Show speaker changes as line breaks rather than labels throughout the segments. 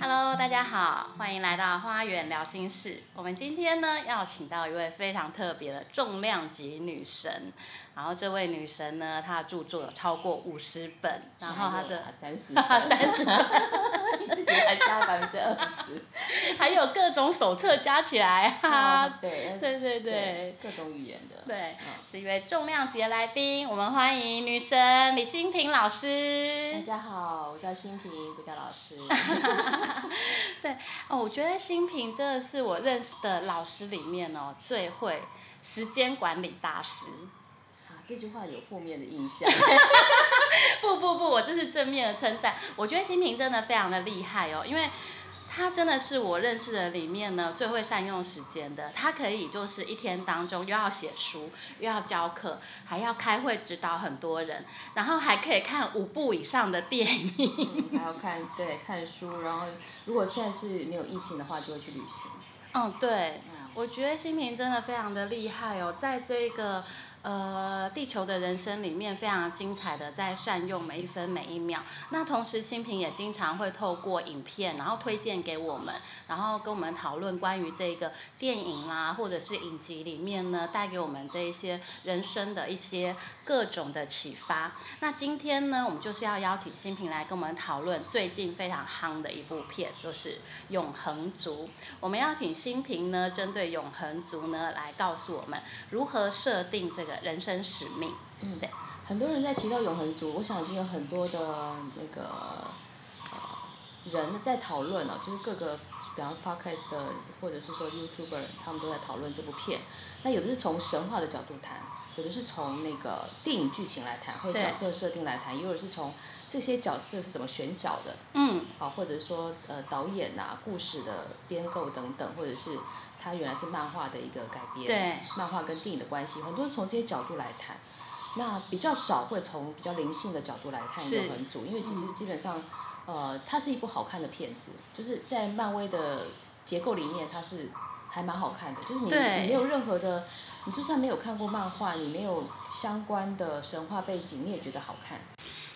Hello，大家好，欢迎来到花园聊心事。我们今天呢，要请到一位非常特别的重量级女神。然后这位女神呢，她的著作有超过五十本，然后她的
三十
啊
三十，
你自己还加百分之二十，
还有各种手册加起来
哦
啊，
哦对
对对对
对，各种语言的，
对
嗯，
是一位重量级的来宾，我们欢迎女神李新平
嗯
老
大
师。
家好，我叫新平，不叫老 师。
哦，我觉得新平真的是我认识的老师里面哦最会时间管理大师。
啊，这句话有负面的印象。
不不不，我这是正面的称赞。我觉得新平真的非常的厉害哦，因为他真的是我认识的里面呢最会善用时间的。他可以就是一天当中又要写书，又要教课，还要开会指导很多人，然后还可以看五部以上的电影。
嗯还要看对看书，然后如果现在是没有疫情的话，就会去旅行。
嗯，对，
嗯，
我觉得新平真的非常的厉害哦，在这个呃地球的人生里面，非常精彩的在善用每一分每一秒。那同时，新平也经常会透过影片，然后推荐给我们，然后跟我们讨论关于这个电影啦、或者是影集里面呢，带给我们这一些人生的一些各种的启发。那今天呢，我们就是要邀请新平来跟我们讨论最近非常夯的一部片，就是《永恒族》。我们要请新平呢，针对永恒族呢，来告诉我们如何设定这个人生使命。
嗯，对，很多人在提到永恒族，我想已经有很多的那个呃人在讨论哦，就是各个比方 podcast 的或者是说 YouTuber，他们都在讨论这部片。那有的是从神话的角度谈，有的是从那个电影剧情来谈，或者
对
角色设定来谈，也有的是从这些角色是怎么选角的，
嗯，
啊，或者说呃导演呐、故事的编构等等，或者是它原来是漫画的一个改编，
对，
漫画跟电影的关系，很多人从这些角度来谈。那比较少会从比较灵性的角度来看
是嗯
《永恒族》，因为其实基本上，呃，它是一部好看的片子，就是在漫威的结构里面，它是还蛮好看的。就是你
对
你没有任何的，你就算没有看过漫画，你没有相关的神话背景，你也觉得好看。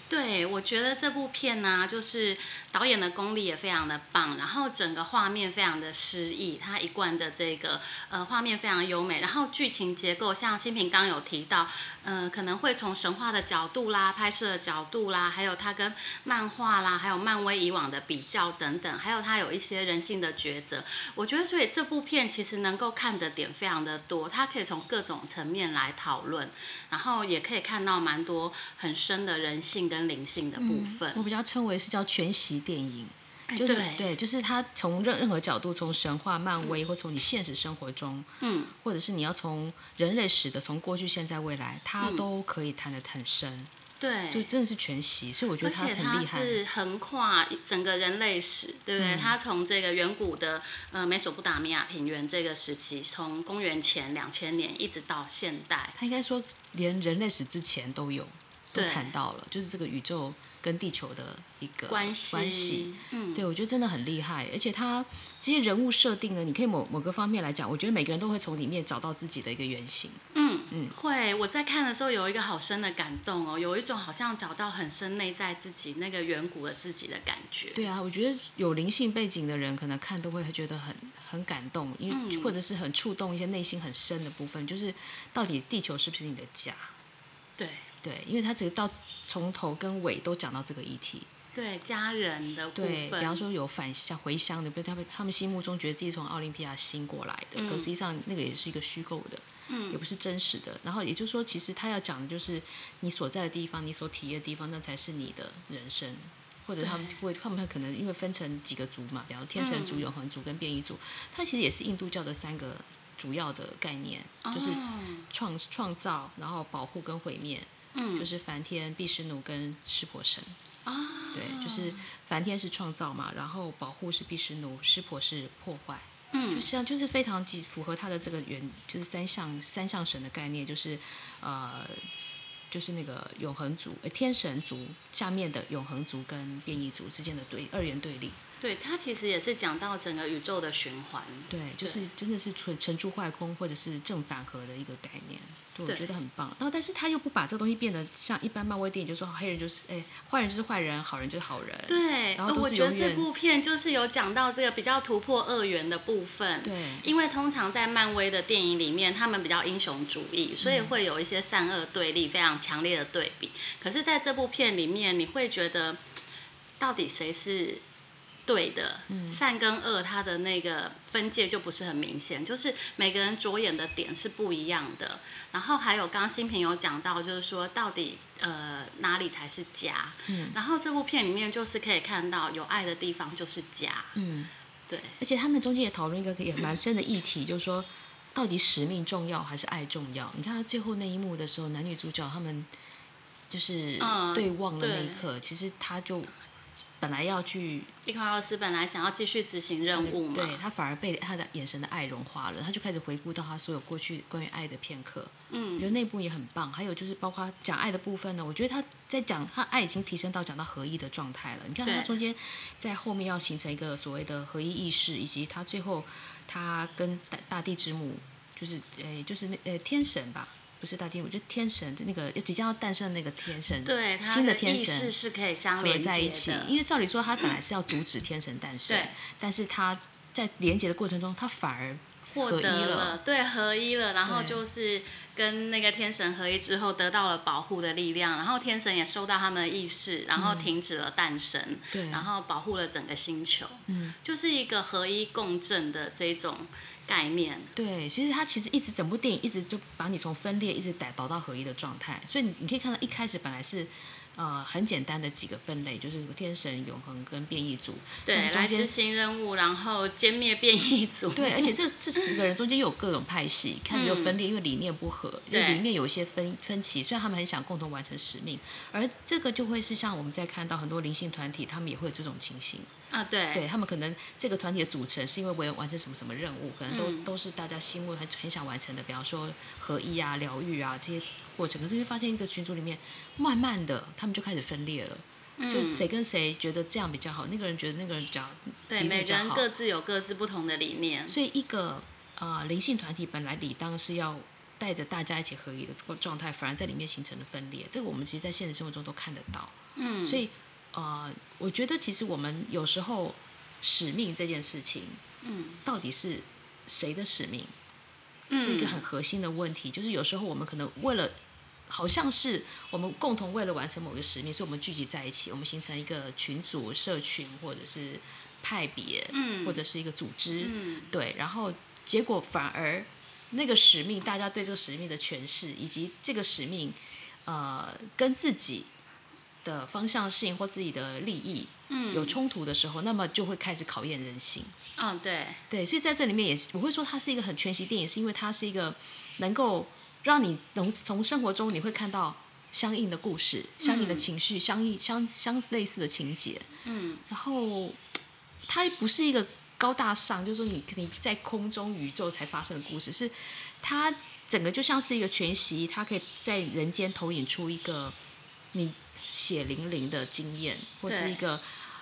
对，我觉得这部片呢、就是导演的功力也非常的棒，然后整个画面非常的诗意，它一贯的这个呃画面非常优美，然后剧情结构像新平刚刚有提到，呃可能会从神话的角度啦、拍摄的角度啦，还有它跟漫画啦，还有漫威以往的比较等等，还有它有一些人性的抉择。我觉得所以这部片其实能够看的点非常的多，它可以从各种层面来讨论，然后也可以看到蛮多很深的人性跟灵性的部分。
我比较称为是叫全息电影，
哎
就是
对
就是它从任任何角度，从神话、漫威，或从你现实生活中，
嗯，
或者是你要从人类史的，从过去、现在、未来，它都可以谈得很深，
嗯对，
就真的是全息，所以我觉
而
得它
且
很
它
厉害。嗯
是横跨整个人类史，对不对？它从这个远古的呃美索不达米亚平原这个时期，从公元前两千年一直到现代，
它应该说连人类史之前都有都
对
谈到了，就是这个宇宙跟地球的一个
关系，
关系
嗯，
对，我觉得真的很厉害，而且他这些人物设定呢，你可以某某个方面来讲，我觉得每个人都会从里面找到自己的一个原型。
嗯
嗯
会。我在看的时候有一个好深的感动哦，有一种好像找到很深内在自己那个远古的自己的感觉。
对啊，我觉得有灵性背景的人，可能看都会觉得很很感动，因为、
嗯
或者是很触动一些内心很深的部分，就是到底地球是不是你的家？
对
对，因为他只到从头跟尾都讲到这个议题。
对，家人的部
对，
分，
比方说有返乡回乡的，比如他们他们心目中觉得自己从奥林匹亚新过来的，可实
嗯
际上那个也是一个虚构的，嗯，也不是真实的。然后也就是说，其实他要讲的就是你所在的地方，你所体验的地方，那才是你的人生。或者他们会，他们可能因为分成几个族嘛，比方天神
嗯
族、永恒族跟变异族，它其实也是印度教的三个主要的概念，就是
哦
创创造，然后保护跟毁灭，
嗯
就是梵天、毗湿奴跟湿婆神。
啊，
对，就是梵天是创造嘛，然后保护是毗湿奴，湿婆是破坏，就
嗯
像就是非常极符合他的这个原，就是三项三项神的概念，就是呃就是那个永恒族、呃天神族下面的永恒族跟变异族之间的对二元对立。
对，它其实也是讲到整个宇宙的循环。
对，就是真的是纯成住坏空，或者是正反合的一个概念，对，我
对
觉得很棒。然后，但是他又不把这个东西变得像一般漫威电影，就说黑人就是哎，坏人就是坏人，好人就是好人。
对，
然后都
呃我
是
觉得
永
这
远
部片就是有讲到这个比较突破二元的部分。
对
因为通常在漫威的电影里面，他们比较英雄主义，所以会有一些善恶对立非常强烈的对比。可是，在这部片里面，你会觉得到底谁是对的？善跟恶，它的那个分界就不是很明显，就是每个人着眼的点是不一样的。然后还有刚刚新平有讲到，就是说到底呃哪里才是家？然后这部片里面就是可以看到，有爱的地方就是家。
嗯，
对，
而且他们中间也讨论一个也蛮深的议题，就是说到底使命重要还是爱重要？你看他最后那一幕的时候，男女主角他们就是
嗯
对望的那一
对
刻，其实他就本来要去
一块二四本来想要继续执行任务嘛，
对他反而被他的眼神的爱融化了，他就开始回顾到他所有过去关于爱的片刻。嗯，我觉得那部也很棒。还有就是包括讲爱的部分呢，我觉得他在讲他爱已经提升到讲到合一的状态了。你看他
对
中间在后面要形成一个所谓的合一意识，以及他最后他跟大大地之母就是呃就是那呃天神吧。不是大地之母，就天神那个即将要诞生的那个天神，
对，它
新的
意
天神
识是可以相
合
连
在一起
接的。
因为照理说，他本来是要阻止天神诞生
对，
但是他在连接的过程中，他反而
获
合一
得
了
对，合一了，然后
对
就是跟那个天神合一之后，得到了保护的力量，然后天神也收到他们的意识，然后停止了诞生，
对
然后保护了整个星球，嗯，就是一个合一共振的这种概念，
对，其实他其实一直整部电影一直就把你从分裂一直导导到合一的状态，所以你你可以看到一开始本来是。呃，很简单的几个分类，就是天神、永恒跟变异组。但
对，
是
来
中
执
间
行任务，然后歼灭变异组，
对，而且这这十个人中间又有各种派系，开始又分裂，因为理念不合，就
对
里面有一些分分歧。虽然他们很想共同完成使命，而这个就会是像我们在看到很多灵性团体，他们也会有这种情形。
啊，对，
对他们可能这个团体的组成是因为我有完成什么什么任务，可能都、
嗯
都是大家心目很很想完成的，比方说合一啊、疗愈啊这些过程。可是就发现一个群组里面，慢慢的他们就开始分裂了，就
嗯
谁跟谁觉得这样比较好，那个人觉得那个人比较
对，
理念
每
比
个
较
人
好
各自有各自不同的理念，
所以一个呃灵性团体本来理当是要带着大家一起合一的状态，反而在里面形成了分裂。这个我们其实，在现实生活中都看得到。
嗯，
所以呃，我觉得其实我们有时候使命这件事情，
嗯，
到底是谁的使命，是
嗯
一个很核心的问题。就是有时候我们可能为了。好像是我们共同为了完成某个使命，所以我们聚集在一起，我们形成一个群组、社群或者是派别，
嗯
或者是一个组织，
嗯
对，然后结果反而那个使命，大家对这个使命的诠释，以及这个使命，呃，跟自己的方向性或自己的利益
嗯，
有冲突的时候，那么就会开始考验人性。
嗯，对，
对，所以在这里面也是，我会说它是一个很全息电影，是因为它是一个能够让你能从生活中你会看到相应的故事、相应的情绪、相应相相类似的情节。
嗯，
然后它不是一个高大上，就是说你你在空中宇宙才发生的故事，是它整个就像是一个全息，它可以在人间投影出一个你血淋淋的经验，或是
对
一个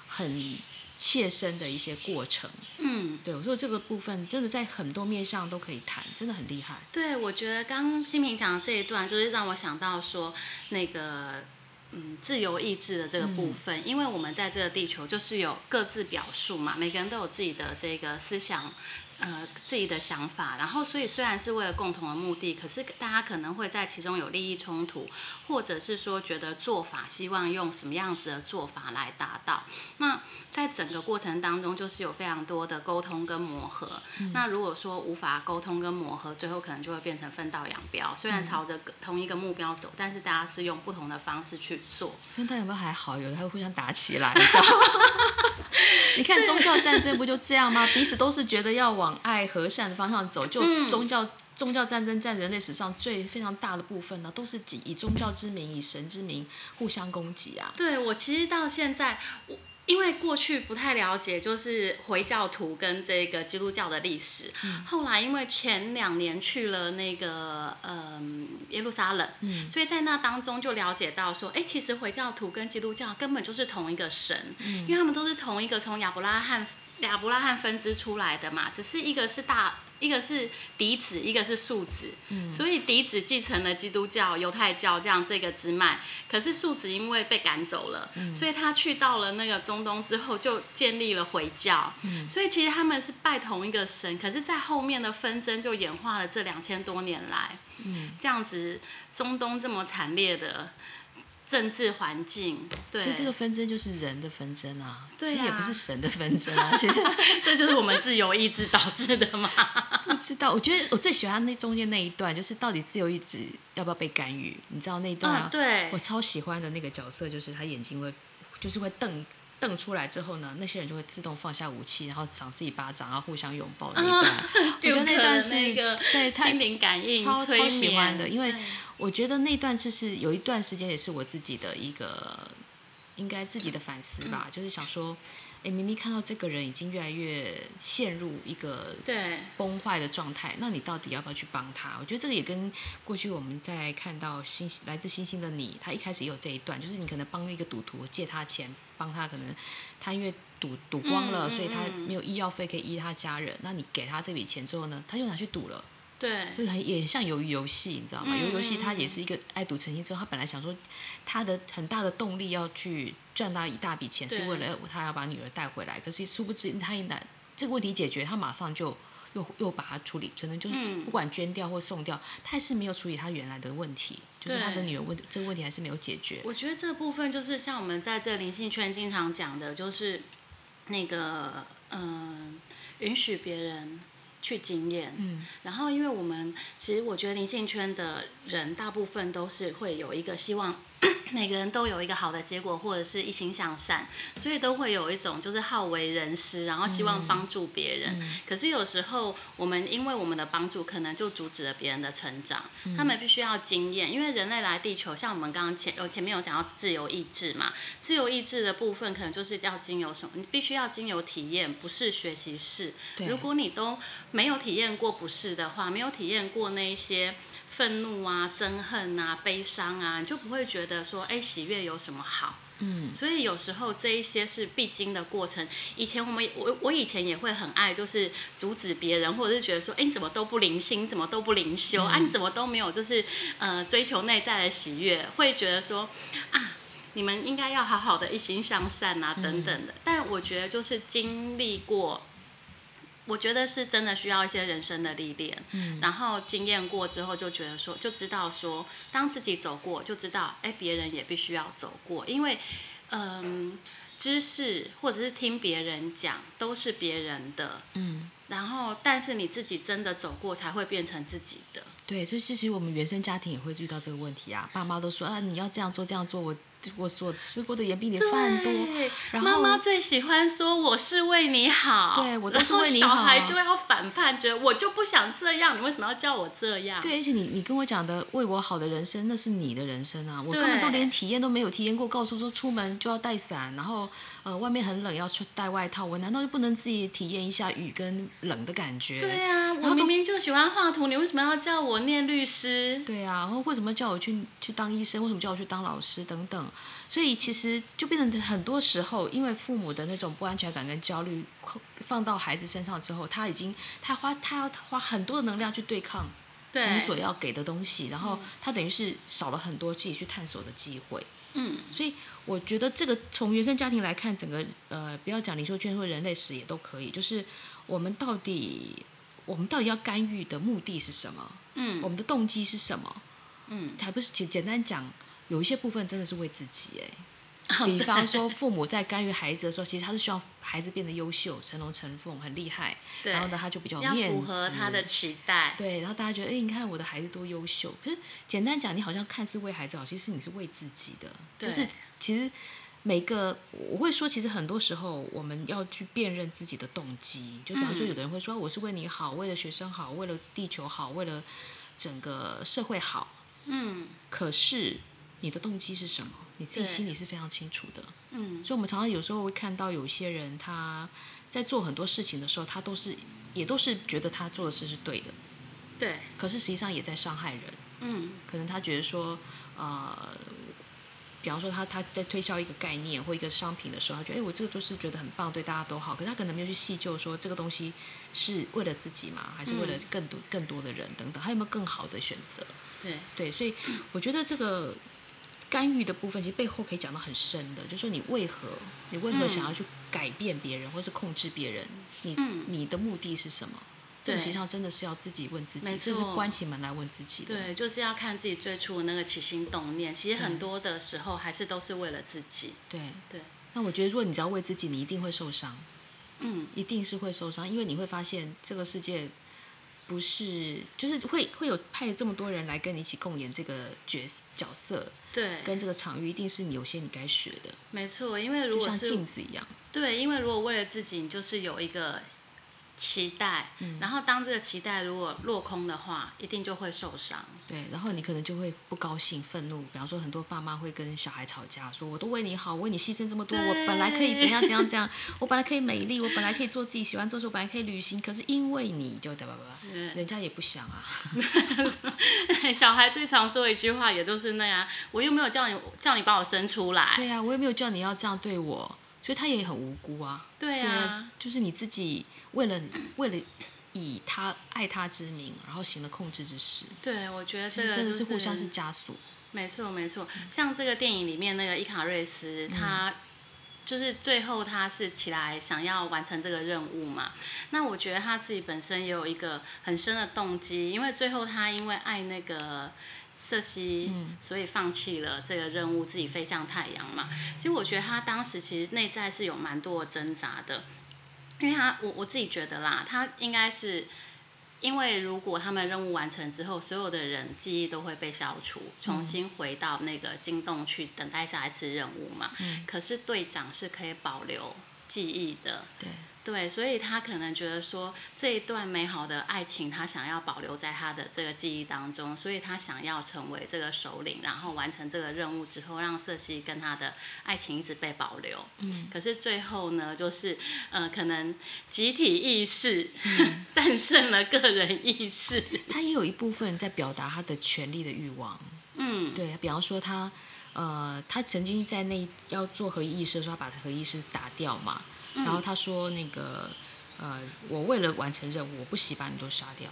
很切身的一些过程。
嗯。
对，我说这个部分真的在很多面向都可以谈，真的很厉害。
对，我觉得刚刚新平讲的这一段，就是让我想到说，那个嗯，自由意志的这个
嗯
部分，因为我们在这个地球就是有各自表述嘛，每个人都有自己的这个思想。呃，自己的想法，然后所以虽然是为了共同的目的，可是大家可能会在其中有利益冲突，或者是说觉得做法希望用什么样子的做法来达到。那在整个过程当中，就是有非常多的沟通跟磨合。那如果说无法沟通跟磨合，最后可能就会变成分道扬镳。虽然朝着同一个目标走，但是大家是用不同的方式去做。
分道有没有还好，有的还会互相打起来，你知道吗？ 你看宗教战争不就这样吗？彼此都是觉得要往爱和善的方向走，就宗教、宗教战争在人类史上最非常大的部分呢，都是以以宗教之名、以神之名互相攻击啊。
对我其实到现在，我因为过去不太了解，就是回教徒跟这个基督教的历史。后来因为前两年去了那个嗯、耶路撒冷，
嗯
所以在那当中就了解到说，哎，其实回教徒跟基督教根本就是同一个神，因为他们都是同一个从亚伯拉罕亚伯拉罕分支出来的嘛，只是一个是大。一个是嫡子，一个是庶子，所以嫡子继承了基督教、犹太教这样这个支脉，可是庶子因为被赶走了，所以他去到了那个中东之后，就建立了回教。所以其实他们是拜同一个神，可是，在后面的纷争就演化了这两千多年来，这样子中东这么惨烈的政治环境，对，
所以这个 纷争就是人的纷争啊，
对啊
其实也不是神的纷争啊。其实
这就是我们自由意志导致的嘛。
不知道，我觉得我最喜欢那中间那一段，就是到底自由意志要不要被干预？你知道那一段啊？
嗯，对
我，超喜欢的那个角色就是他眼睛会，就是会瞪瞪出来之后呢，那些人就会自动放下武器，然后赏自己巴掌，然后互相拥抱那一段。
啊
我觉得那段是
那个
对他
心灵感应，
超
催
超喜
眠嗯
欢的，因为
对
我觉得那段就是有一段时间也是我自己的一个应该自己的反思吧，就是想说，哎，明明看到这个人已经越来越陷入一个
对
崩坏的状态，那你到底要不要去帮他？我觉得这个也跟过去我们在看到星来自星星的你，他一开始也有这一段，就是你可能帮一个赌徒借他钱，帮他可能他因为赌赌光了，
嗯嗯
所以他
嗯
没有医药费可以医他家人，那你给他这笔钱之后呢，他又拿去赌了。
对
就很也像鱿鱼游戏，你知道吗？
嗯
鱿鱼游戏
嗯
它也是一个爱赌成性之后，他本来想说他的很大的动力要去赚到一大笔钱，
对
是为了他要把女儿带回来。可是殊不知他一拿这个问题解决，他马上就又又把它处理，可能就是
嗯
不管捐掉或送掉，他还是没有处理他原来的问题，就是他的
对
女儿问这个问题还是没有解决。
我觉得这部分就是像我们在这灵性圈经常讲的，就是那个嗯、允许别人去经验。嗯，然后因为我们其实我觉得灵性圈的人大部分都是会有一个希望。 每个人都有一个好的结果，或者是一心向善，所以都会有一种就是好为人师，然后希望帮助别人。可是有时候我们因为我们的帮助，可能就阻止了别人的成长。他们必须要经验，因为人类来地球，像我们刚刚前呃有前面有讲到自由意志嘛，自由意志的部分可能就是要经由什么，你必须要经由体验，不是学习式。
对
如果你都没有体验过不是的话，没有体验过那一些愤怒啊、憎恨啊、悲伤啊，你就不会觉得说，哎，喜悦有什么好？
嗯，
所以有时候这一些是必经的过程。以前我们我我以前也会很爱，就是阻止别人，或者是觉得说，哎，你怎么都不灵心，你怎么都不灵修、啊，你怎么都没有就是呃追求内在的喜悦，会觉得说啊，你们应该要好好的一心向善啊，等等的。但我觉得就是经历过。我觉得是真的需要一些人生的历练，然后经验过之后就觉得说，就知道说，当自己走过，就知道，哎，别人也必须要走过，因为，嗯，知识或者是听别人讲都是别人的，
嗯，
然后但是你自己真的走过，才会变成自己的。
对，所以其实我们原生家庭也会遇到这个问题啊，爸妈都说啊，你要这样做这样做，我我所吃过的盐比你饭多，
对
然
妈
后
妈最喜欢说我是为你好，
对我都是
然后
为你好
小孩就要反叛，觉得我就不想这样，你为什么要叫我这样？
对，而且你你跟我讲的为我好的人生，那是你的人生啊，我根本都
对
连体验都没有体验过。告诉说出门就要带伞，然后呃外面很冷要穿带外套，我难道就不能自己体验一下雨跟冷的感觉？
对啊，
后
我
都
明明就喜欢画图，你为什么要叫我念律师？
对啊，然后为什么叫我去去当医生？为什么叫我去当老师？等等，所以其实就变成很多时候，因为父母的那种不安全感跟焦虑扣放到孩子身上之后，他已经他花他要花很多的能量去对抗
对，
你所要给的东西，然后他等于是少了很多自己去探索的机会。
嗯，
所以我觉得这个从原生家庭来看，整个呃，不要讲零售圈或人类史也都可以，就是我们到底我们到底要干预的目的是什么？
嗯，
我们的动机是什么？
嗯，
还不是简简单讲，有一些部分真的是为自己哎、比方说，父母在干预孩子的时候，其实他是希望孩子变得优秀、成龙成凤、很厉害，
对
然后呢，他就比较有
要
面
符合
子
他的期待。
对，然后大家觉得，哎，你看我的孩子多优秀。可是简单讲，你好像看似为孩子好，其实你是为自己的。就是
对
其实每个，我会说，其实很多时候我们要去辨认自己的动机。就比方说，
嗯
有的人会说，哦我是为你好，为了学生好，为了地球好，为了整个社会好。
嗯，
可是你的动机是什么，你自
对
己心里是非常清楚的。
嗯
所以我们常常有时候会看到有一些人他在做很多事情的时候，他都是也都是觉得他做的事是对的，
对，
可是实际上也在伤害人。
嗯
可能他觉得说，呃，比方说他他在推销一个概念或一个商品的时候，他觉得哎，我这个就是觉得很棒，对大家都好。可是他可能没有去细究说这个东西是为了自己嘛，还是为了更多、更多的人等等，还有没有更好的选择？
对，
对，所以我觉得这个干预的部分，其实背后可以讲到很深的，就是说你为何你为何
嗯嗯
想要去改变别人，或是控制别人，你、你的目的是什么？这个
对
实际上真的是要自己问自己，
没
这是
错
关起门来问自己的。
对，就是要看自己最初的那个起心动念。其实
嗯
很多的时候还是都是为了自己。
对
对。
那我觉得，如果你只要为自己，你一定会受伤，
嗯，
一定是会受伤，因为你会发现这个世界不是，就是会会有派这么多人来跟你一起共演这个角色角色，
对，
跟这个场域，一定是你有些你该学的，
没错。因为如
就
果
像
是
镜子一样。
对，因为如果为了自己，你就是有一个期待，
嗯
然后当这个期待如果落空的话，一定就会受伤。
对，然后你可能就会不高兴、愤怒。比方说，很多爸妈会跟小孩吵架，说：“我都为你好，我为你牺牲这么多，我本来可以怎样怎样怎样，我本来可以美丽，我本来可以做自己喜欢做的事，我本来可以旅行，可是因为你就叭叭叭，人家也不想啊。
小孩最常说一句话，也就是那样，我又没有叫你叫你把我生出来。
对啊，我也没有叫你要这样对我，所以他也很无辜啊。
对
对
啊，，
就是你自己为了为了以他爱他之名，然后行了控制之实，
对，我觉得
其
这
实
个
真
就
的是互相是枷锁。
没错，没错。像这个电影里面那个伊卡瑞斯，他就是最后他是起来想要完成这个任务嘛。那我觉得他自己本身也有一个很深的动机，因为最后他因为爱那个。瑟西，所以放弃了这个任务，自己飞向太阳嘛。其实我觉得他当时其实内在是有蛮多的挣扎的，因为他我我自己觉得啦，他应该是因为如果他们任务完成之后，所有的人记忆都会被消除，重新回到那个金洞去等待下一次任务嘛。可是队长是可以保留记忆的，
对，
对，所以他可能觉得说这一段美好的爱情，他想要保留在他的这个记忆当中，所以他想要成为这个首领，然后完成这个任务之后，让瑟西跟他的爱情一直被保留。嗯，可是最后呢，就是呃，可能集体意识、
嗯
战胜了个人意识。
他也有一部分在表达他的权利的欲望。
嗯，
对，比方说他，呃，他曾经在那要做合一意识的时候，他把合一意识打掉嘛，然后他说那个，呃，我为了完成任务，我不惜把你们都杀掉。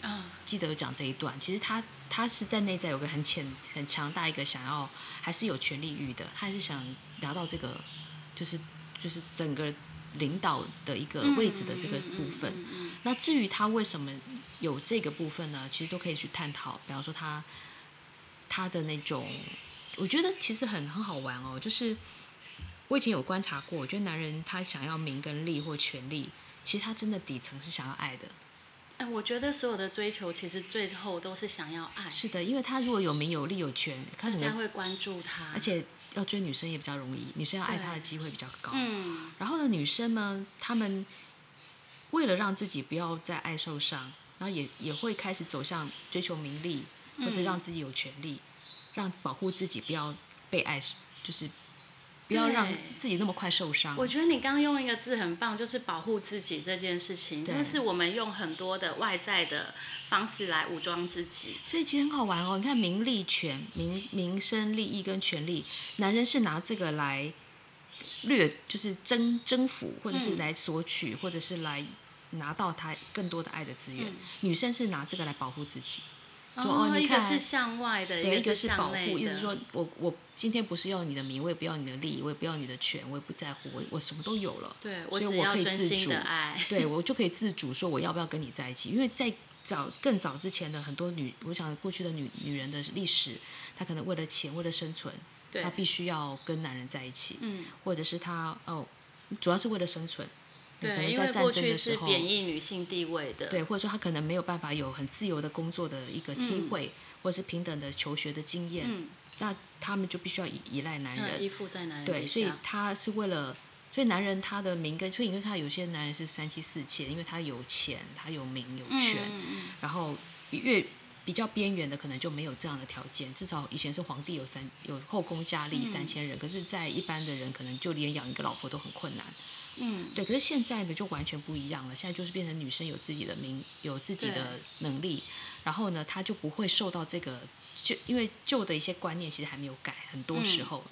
啊，
记得有讲这一段，其实他他是在内在有个很潜很强大一个想要，还是有权利欲的，他还是想拿到这个，就是就是整个领导的一个位置的这个部分。那至于他为什么有这个部分呢？其实都可以去探讨，比方说他他的那种，我觉得其实很很好玩哦，就是我以前有观察过，我觉得男人他想要名跟利或权利，其实他真的底层是想要爱的。
哎，我觉得所有的追求其实最后都是想要爱，啊
是的，因为他如果有名有利有权，他可
大家
能
会关注他，
而且要追女生也比较容易，女生要爱他的
对
机会比较高。
嗯，
然后呢，女生呢，她们为了让自己不要再爱受伤，然后也也会开始走向追求名利，或者
嗯
让自己有权利，让保护自己不要被爱，就是不要让
对
自己那么快受伤。
我觉得你刚刚用一个字很棒，就是保护自己这件事情，
对
就是我们用很多的外在的方式来武装自己。
所以其实很好玩哦。你看名利权、名名声、利益跟权利，男人是拿这个来掠，就是征征服，或者是来索取，或者是来拿到他更多的爱的资源。女生是拿这个来保护自己，说哦，你
一个
看。
是向外的，
对，一
个
个是保
向
护，
内的。
意思是说我我今天不是要你的名，我也不要你的利，我也不要你的权，我也不在乎，我我什么都有了，
对
所以
只
我
要
可以
真
自
心
主
的爱。
对我就可以自主说我要不要跟你在一起，因为在早更早之前的很多女，我想过去的女女人的历史，她可能为了钱，为了生存，
对
她必须要跟男人在一起，
嗯，
或者是她哦，主要是为了生存，你可
对，
能
因
在
为
战
过
争
去
的时
是
候，
贬义女性地位的。
对，或者说她可能没有办法有很自由的工作的一个机会，或者是平等的求学的经验，
嗯
那他们就必须要依依赖男
那
人，
嗯依附在男人
对，
底
所以
下。
他是为了，所以男人他的名跟，所以你会看到有些
嗯
男人是三妻四妾，因为他有钱，他有名有权，
嗯嗯
然后越比较边缘的可能就没有这样的条件，至少以前是皇帝有三有后宫佳丽三千人，可是，在一般的人可能就连养一个老婆都很困难。
嗯，
对，可是现在呢就完全不一样了，现在就是变成女生有自己的名，有自己
对
的能力，然后呢，她就不会受到这个就因为旧的一些观念其实还没有改，很多时
嗯
候。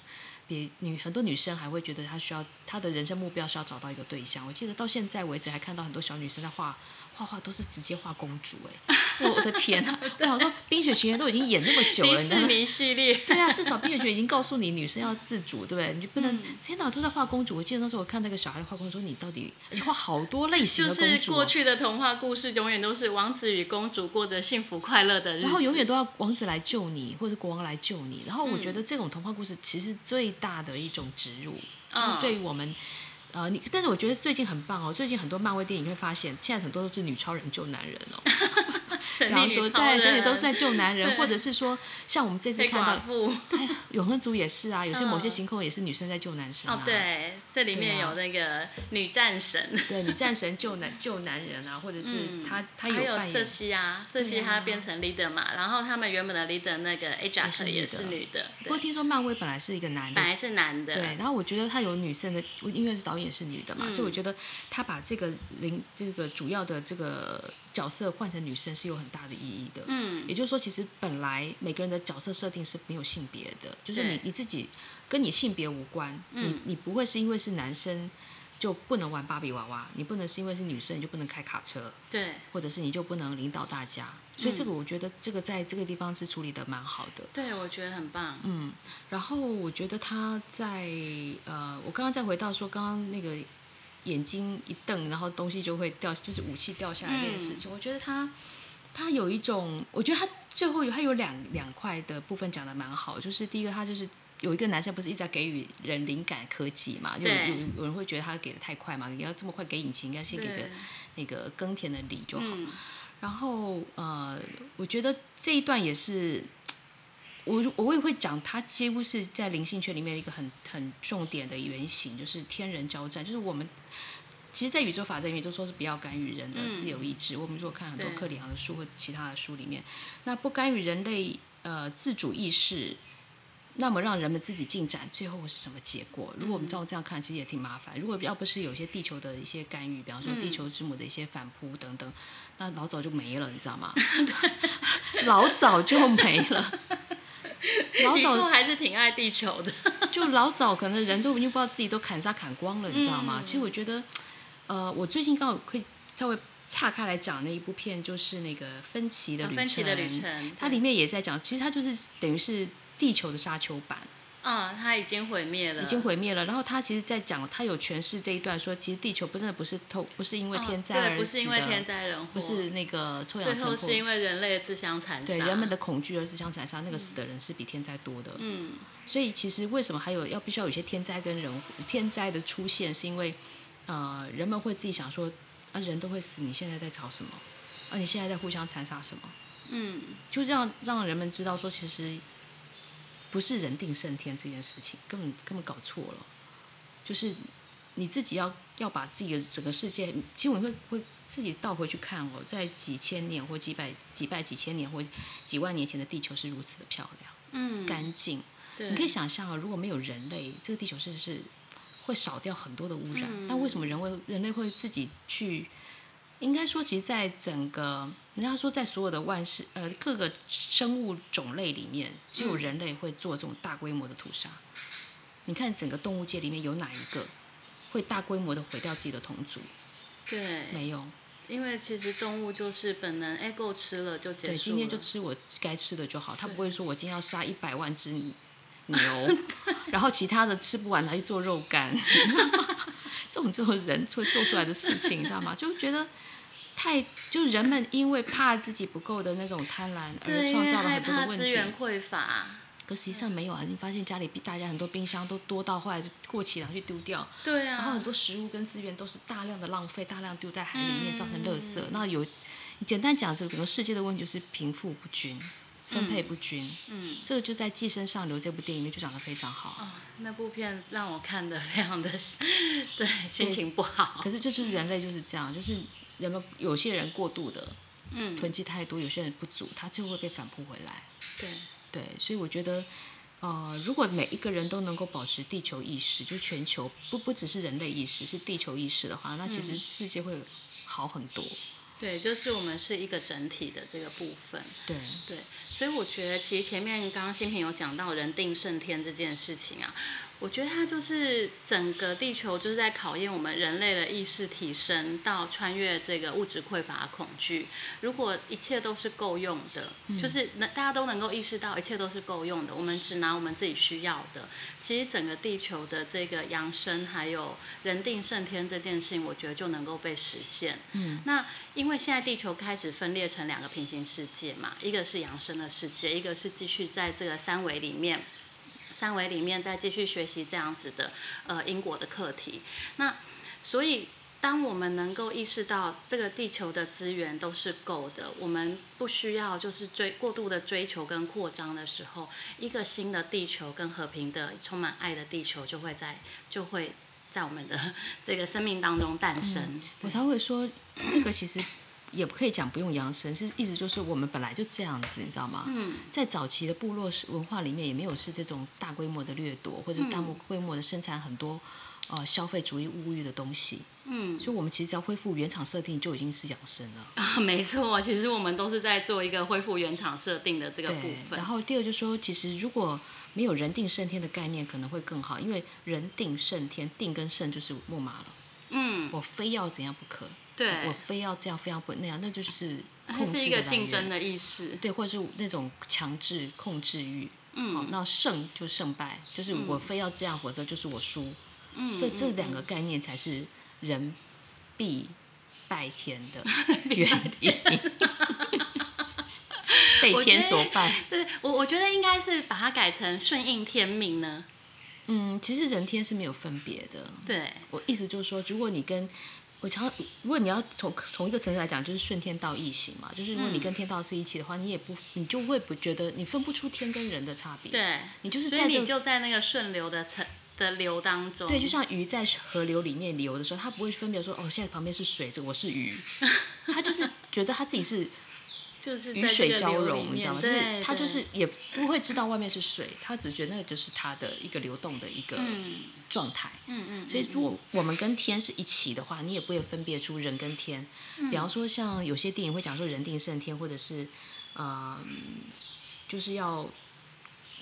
比女很多女生还会觉得她需要她的人生目标是要找到一个对象。我记得到现在为止还看到很多小女生在画画画都是直接画公主、 哎，我的天啊！我想说《冰雪奇缘》都已经演那么久了，
迪
你
士
难道
尼系 列，
对啊，至少冰雪学已经告诉你女生要自主，对不对？你就不能、
嗯
天哪都在画公主。我记得那时候我看那个小孩画公主，说你到底而且画好多类型
就
的公
是
主、
过
哦。
去的童话故事，永远都是王子与公主过着幸福快乐的日子，
然后永远都要王子来救你，或者国王来救你。然后我
嗯
觉得这种童话故事其实最大的一种植入，
嗯
就是对于我们，呃，你但是我觉得最近很棒哦，最近很多漫威电影你会发现，现在很多都是女超人救男人 哦，
神力
比方
女
说
超人
对，所以都是在救 男人，或者是说像我们这次
黑
看
寡
到哎
妇。
永恒族也是啊，有些某些
嗯
情况也是女生在救男生啊，
哦，对，这里面
对啊
有那个女战神，
对啊女战神救男救男人啊，或者是
嗯
他、
还
他有
有
扮
瑟
演
西啊，瑟西她变成 leader 嘛，然后他们原本的 leader 那个 Ajax
也
也
是
是
女
女的，
不过
对
听说漫威本来是一个男的
本，来是男的，
对，然后我觉得他有女生的，因为是导演是女的嘛，所以
嗯
我觉得他把这个零这个主要的这个角色换成女生是有很大的意义的。
嗯，
也就是说，其实本来每个人的角色设定是没有性别的，就是你
对嗯
你自己跟你性别无关，你你不会是因为是男生就不能玩芭比娃娃，你不能是因为是女生你就不能开卡车，
对
或者是你就不能领导大家。所以
嗯
这个我觉得这个在这个地方是处理的蛮好的。嗯
对，我觉得很棒，
然后我觉得他在呃，我刚刚再回到说刚刚那个眼睛一瞪，然后东西就会掉，就是武器掉下来这件事
嗯
情，我觉得他他有一种，我觉得他最后有他有两两块的部分讲的蛮好，就是第一个他就是。有一个男生不是一直在给予人灵感科技嘛？有
对
有有人会觉得他给的太快嘛？你要这么快给引擎，应该先给个
对，
那个耕田的理就好。
嗯，
然后呃，我觉得这一段也是，我如我也会讲，它几乎是在灵性圈里面一个很很重点的原型，就是天人交战，就是我们。其实，在宇宙法则里面都说是不要干预人的
嗯
自由意志。我们如果看很多
对
克里昂的书或其他的书里面，那不干预人类呃自主意识，那么让人们自己进展，最后是什么结果？如果我
嗯
们照这样看，其实也挺麻烦。如果要不是有些地球的一些干预，比方说
嗯
地球之母的一些反扑等等，那老早就没了，你知道吗？ 老早就没 了，老
以后
早
还是挺爱地球的，
就老早，可能人都已经不知道自己都砍杀砍光了，你知道
嗯
吗？其实我觉得，呃，我最近刚好可以稍微岔开来讲那一部片，就是那个芬奇的
啊
旅程。
分歧的旅程，
它里面也在讲，其实它就是等于是地球的沙丘版。
啊，它已经毁灭了，
已经毁灭了。然后他其实，在讲他有诠释这一段说，其实地球不真的不是透，不是因为
哦
天灾
对，
而
不
死
是
的，
因为天灾人祸，
不是那个臭
最
氧
后
层
是
破。
因为人类的自相残杀，
对人们的恐惧而自相残杀，那个死的人是比天灾多的。
嗯，
所以其实为什么还有要必须要有一些天灾跟人天灾的出现，是因为呃人们会自己想说啊人都会死，你现在在吵什么？啊你现在在互相残杀什么？
嗯，
就这样让人们知道说其实不是人定胜天这件事情，根本根本搞错了。就是你自己要要把自己的整个世界，其实我会会自己倒回去看哦，在几千年或几百几百几千年或几万年前的地球是如此的漂亮、
嗯，
干净。
对
你可以想象啊、如果没有人类，这个地球是是会少掉很多的污染。但为什么人会人类会自己去？应该说，其实，在整个人家说，在所有的万事呃各个生物种类里面，只有人类会做这种大规模的屠杀。你看，整个动物界里面有哪一个会大规模的毁掉自己的同族？
对，
没有。
因为其实动物就是本能，哎，够吃了就结束
对，
了。
今天就吃我该吃的就好，他不会说我今天要杀一百万只牛， 然后其他的吃不完拿去做肉干， 这种就是人会做出来的事情，你知道吗？就觉得太就是人们因为怕自己不够的那种贪婪而
对，因
创
为
造了
害
很多的
怕
问
资
题。
源匮乏，
可实际上没有啊，你发现家里大家很多冰箱都多到后来就过期拿去丢掉，
对
然后
啊
很，多食物跟资源都是大量的浪费，大量丢在海里面，造成垃
嗯
圾。那有简单讲，这个整个世界的问题就是贫富不均、分配不均。
嗯，
这个就在《寄生上流》这部电影里面就讲的非常好。
哦，那部片让我看的非常的，对，心情不好。哦
可是就是人类就是这样，就是人们有些人过度的
嗯
囤积太多，有些人不足，他最后会被反扑回来。
对，
对，所以我觉得，呃，如果每一个人都能够保持地球意识，就全球不不只是人类意识，是地球意识的话，那
嗯
其实世界会好很多。
对，就是我们是一个整体的这个部分。
对，
对，所以我觉得其实前面刚刚新平有讲到人定胜天这件事情啊，我觉得它就是整个地球就是在考验我们人类的意识提升到穿越这个物质匮乏恐惧。如果一切都是够用的，就是能大家都能够意识到一切都是够用的，我们只拿我们自己需要的。其实整个地球的这个扬升还有人定胜天这件事情，我觉得就能够被实现。那因为现在地球开始分裂成两个平行世界嘛，一个是养生的世界，一个是继续在这个三维里面，三维里面再继续学习这样子的呃因果的课题。那所以。当我们能够意识到这个地球的资源都是够的，我们不需要就是追过度的追求跟扩张的时候，一个新的地球跟和平的、充满爱的地球就会在就会在我们的 这个生命当中诞生。
我才会说，那个其实也不可以讲不用扬声，是意思就是我们本来就这样子，你知道吗？
嗯，
在早期的部落文化里面，也没有是这种大规模的掠夺或者大
嗯
规模的生产很多。呃，消费主义物欲的东西，
嗯，
所以我们其实只要恢复原厂设定就已经是养生了。
啊， 没错，其实我们都是在做一个恢复原厂设定的这个
对，
部分
然。后第二就是说，其实如果没有人定胜天的概念，可能会更好，因为人定胜天，定跟胜就是木马了。
嗯，
我非要怎样不可，我
对，
非要这样，非要不那样，那就是
它
控制
是一
的
个
来
竞
源
争，的意识。
对，或者是那种强制控制欲。好，
嗯
那胜就胜败，就是我非要这样，否则就是我输。
嗯，
这这
嗯
两个概念才是人必拜天 的原因，被
我觉
天
得
所拜。
对我我觉得应该是把它改成顺应天命呢。
嗯，其实人天是没有分别的。
对，
我意思就是说，如果你跟我常，如果你要从从一个层次来讲，就是顺天道一行嘛，就是如果
嗯
你跟天道是一起的话，你也不你就会不觉得你分不出天跟人的差别。，
对，
你就是
所
在
以
这
你
个
就在那个顺流的成的流当中。
对，就像鱼在河流里面游的时候，它不会分别说哦，现在旁边是水，这我 是鱼，它就是觉得它自己是
就是
鱼
在这
水
个
交
流里
融，你知
面
道吗？就
对，
是它就
对
是也不会知道外面是水，它只觉得那个就是它的一个流动的一个
嗯
状态。
嗯嗯，
所以，如果我们跟天是一起的话，你也不会分别出人跟天。比方说，像有些电影会讲说人定胜天，或者是呃，就是要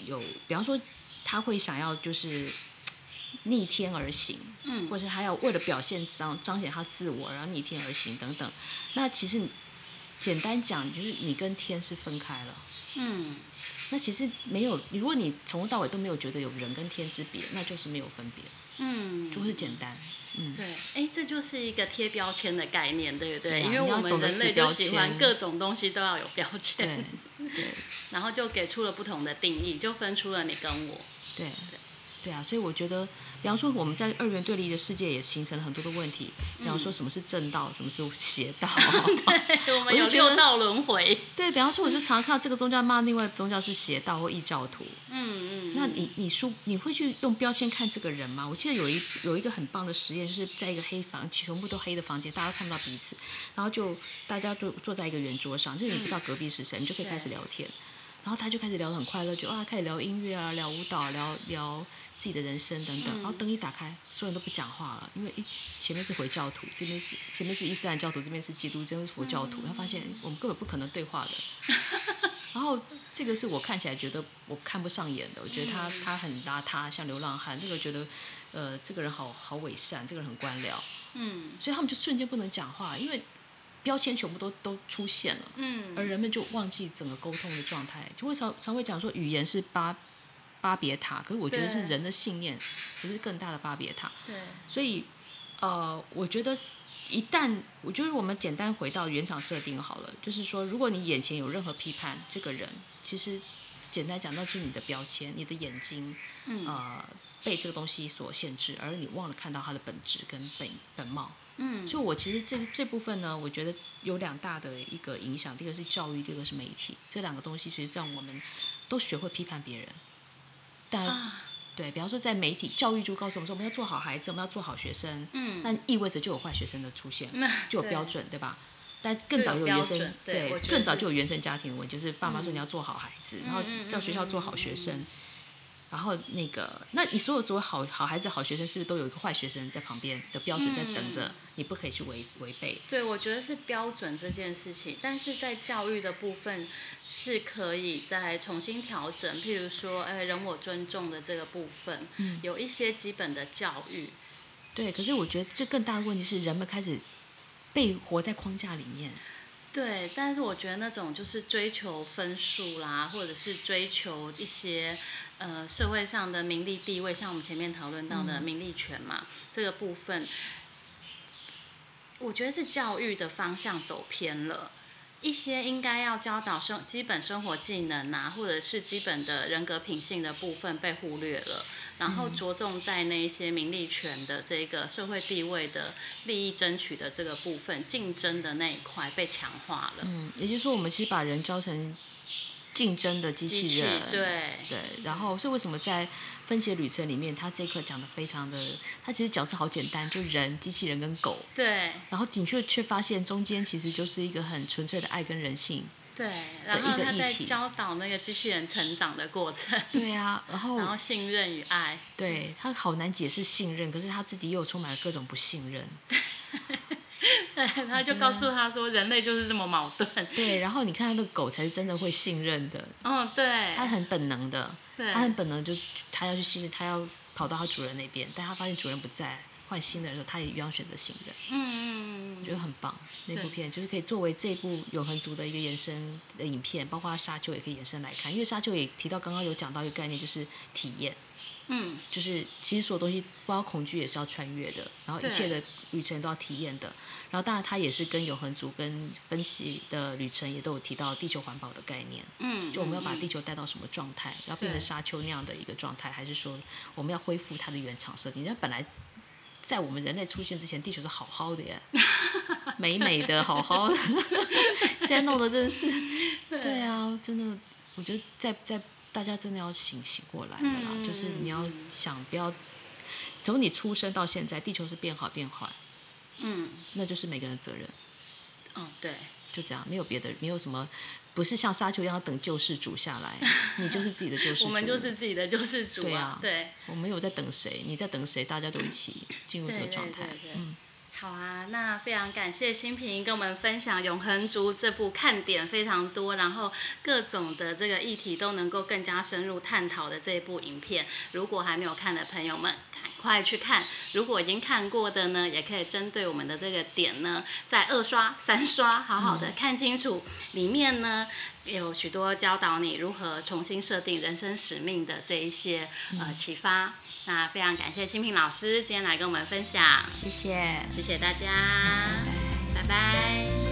有，比方说他会想要就是逆天而行，
嗯
或者是他要为了表现彰彰显他自我，然后逆天而行等等。那其实你简单讲，就是你跟天是分开了。
嗯
那其实没有，如果你从头到尾都没有觉得有人跟天之别，那就是没有分别，
嗯，
就会简单。嗯，
对，哎，这就是一个贴标签的概念，对不对？
对啊
因为
你
我
要
们
懂得
人
撕
类就
标
喜欢
签
各种东西都要有标签
对，对
然后就给出了不同的定义，就分出了你跟我。
对对啊，所以我觉得，比方说我们在二元对立的世界也形成了很多的问题，比方说什么是正道，什么是邪道。
我们
我就
有
觉
六
得
道轮回。
对，比方说我就常常看到这个宗教骂另外一个宗教是邪道或异教徒，
嗯嗯，
那你你说你会去用标签看这个人吗？我记得有一有一个很棒的实验，就是在一个黑房，全部都黑的房间，大家都看不到彼此，然后就大家就坐在一个圆桌上，就是你不知道隔壁是谁，你就可以开始聊天。然后他就开始聊得很快乐，就啊开始聊音乐啊，聊舞蹈，聊聊自己的人生等等。然后灯一打开，所有人都不讲话了，因为诶前面是回教徒，这边是前面是伊斯兰教徒，这边是基督，这边是佛教
嗯
徒。他发现我们根本不可能对话的。 然后这个是我看起来觉得我看不上眼的，我觉得他他很邋遢，像流浪汉。这个觉得，呃，这个人好好伪善，这个人很官僚，
嗯
所以他们就瞬间不能讲话，因为标签全部都都出现了。
嗯
而人们就忘记整个沟通的状态，就会常常会讲说语言是巴巴别塔，可是我觉得是
对
人的信念，不是更大的巴别塔。
对，
所以，呃，我觉得是一旦我觉得我们简单回到原厂设定好了，就是说，如果你眼前有任何批判这个人，其实简单讲，那就是你的标签，你的眼睛，
嗯
呃，被这个东西所限制，而你忘了看到它的本质跟本本貌。
嗯
就我其实这这部分呢，我觉得有两大的一个影响，第一个是教育，第二个是媒体，这两个东西其实让我们都学会批判别人。但、
啊
对，比方说在媒体教育就告诉我们说，我们要做好孩子，我们要做好学生，
嗯
那意味着就有坏学生的出现，
那
就有标
嗯对
准，对吧？但更早
就有
有原
标
生
准，对我觉得嗯
更早
是
就有原生家庭的问题，就是爸妈说你要做好孩子，然后
嗯
叫学校做好学生，然后那个，那你所有所有好好孩子、好学生，是不是都有一个坏学生在旁边的标准在等
嗯
着，你不可以去违违背？
对，我觉得是标准这件事情，但是在教育的部分是可以再重新调整，譬如说，哎，人我尊重的这个部分，
嗯
有一些基本的教育，
对，可是我觉得这更大的问题是，人们开始被活在框架里面。
对，但是我觉得那种就是追求分数啦，或者是追求一些呃社会上的名利地位，像我们前面讨论到
嗯
的名利权嘛、这个部分，我觉得是教育的方向走偏了。一些应该要教导生基本生活技能啊，或者是基本的人格品性的部分被忽略了，然
嗯
后着重在那一些名利权的这个社会地位的利益争取的这个部分，竞争的那一块被强化了。
嗯，也就是说，我们其实把人教成竞争的机
机
器
器
人。
对，
对，然后所以为什么在《分析的旅程》里面，他这一课讲的非常的，他其实角色好简单，就人、机器人跟狗，
对
然后你却却发现中间其实就是一个很纯粹的爱跟人性。
对，然后
一个
他
议
在
题
教导那个机器人成长的过程，
对啊，然后
然后信任与爱，
对他好难解释信任，可是他自己又充满了各种不信任。
他就告
啊
诉他说，人类就是这么矛盾。
对，然后你看他的狗才是真的会信任的，
嗯，对，
它很本能的，
对
它很本能就它要去信任，它要跑到它主人那边，但它发现主人不在，换新的人的时候，它也一样选择信任。
嗯嗯
我
嗯，
觉得很棒，那部片就是可以作为这部永恒族的一个延伸的影片，包括沙丘也可以延伸来看，因为沙丘也提到刚刚有讲到一个概念，就是体验，
嗯，
就是其实所有东西，包括恐惧也是要穿越的，然后一
对
切的旅程都要体验的，然后当然它也是跟永恒族跟分歧的旅程也都有提到地球环保的概念，
嗯，
就我们要把
嗯
地球带到什么状态，要变成
对
沙丘那样的一个状态，还是说我们要恢复它的原厂设定？因为本来在我们人类出现之前，地球是好好 的耶，美美的，好好的，现在弄得真的是，对啊，真的，我觉得在在大家真的要醒醒过来了啦，
嗯
就是你要
嗯
想不要。从你出生到现在，地球是变好变坏，
嗯
那就是每个人的责任，
哦对，
就这样，没有别的，没有什么，不是像沙丘一样要等救世主下来，你就是自己的救世主。
我们就是自己的救世主
对
啊
啊，
对
我没有在等谁，你在等谁，大家都一起进入
对
这个
对
状
对
态。
对。
嗯
好啊，那非常感谢新平跟我们分享《永恒族》这部看点非常多，然后各种的这个议题都能够更加深入探讨的这一部影片。如果还没有看的朋友们，赶快去看；如果已经看过的呢，也可以针对我们的这个点呢，再二刷、三刷，好好的看清楚。里面呢有许多教导你如何重新设定人生使命的这一些呃启发。那非常感谢新平老师今天来跟我们分享。
谢谢。
谢谢大家，拜拜。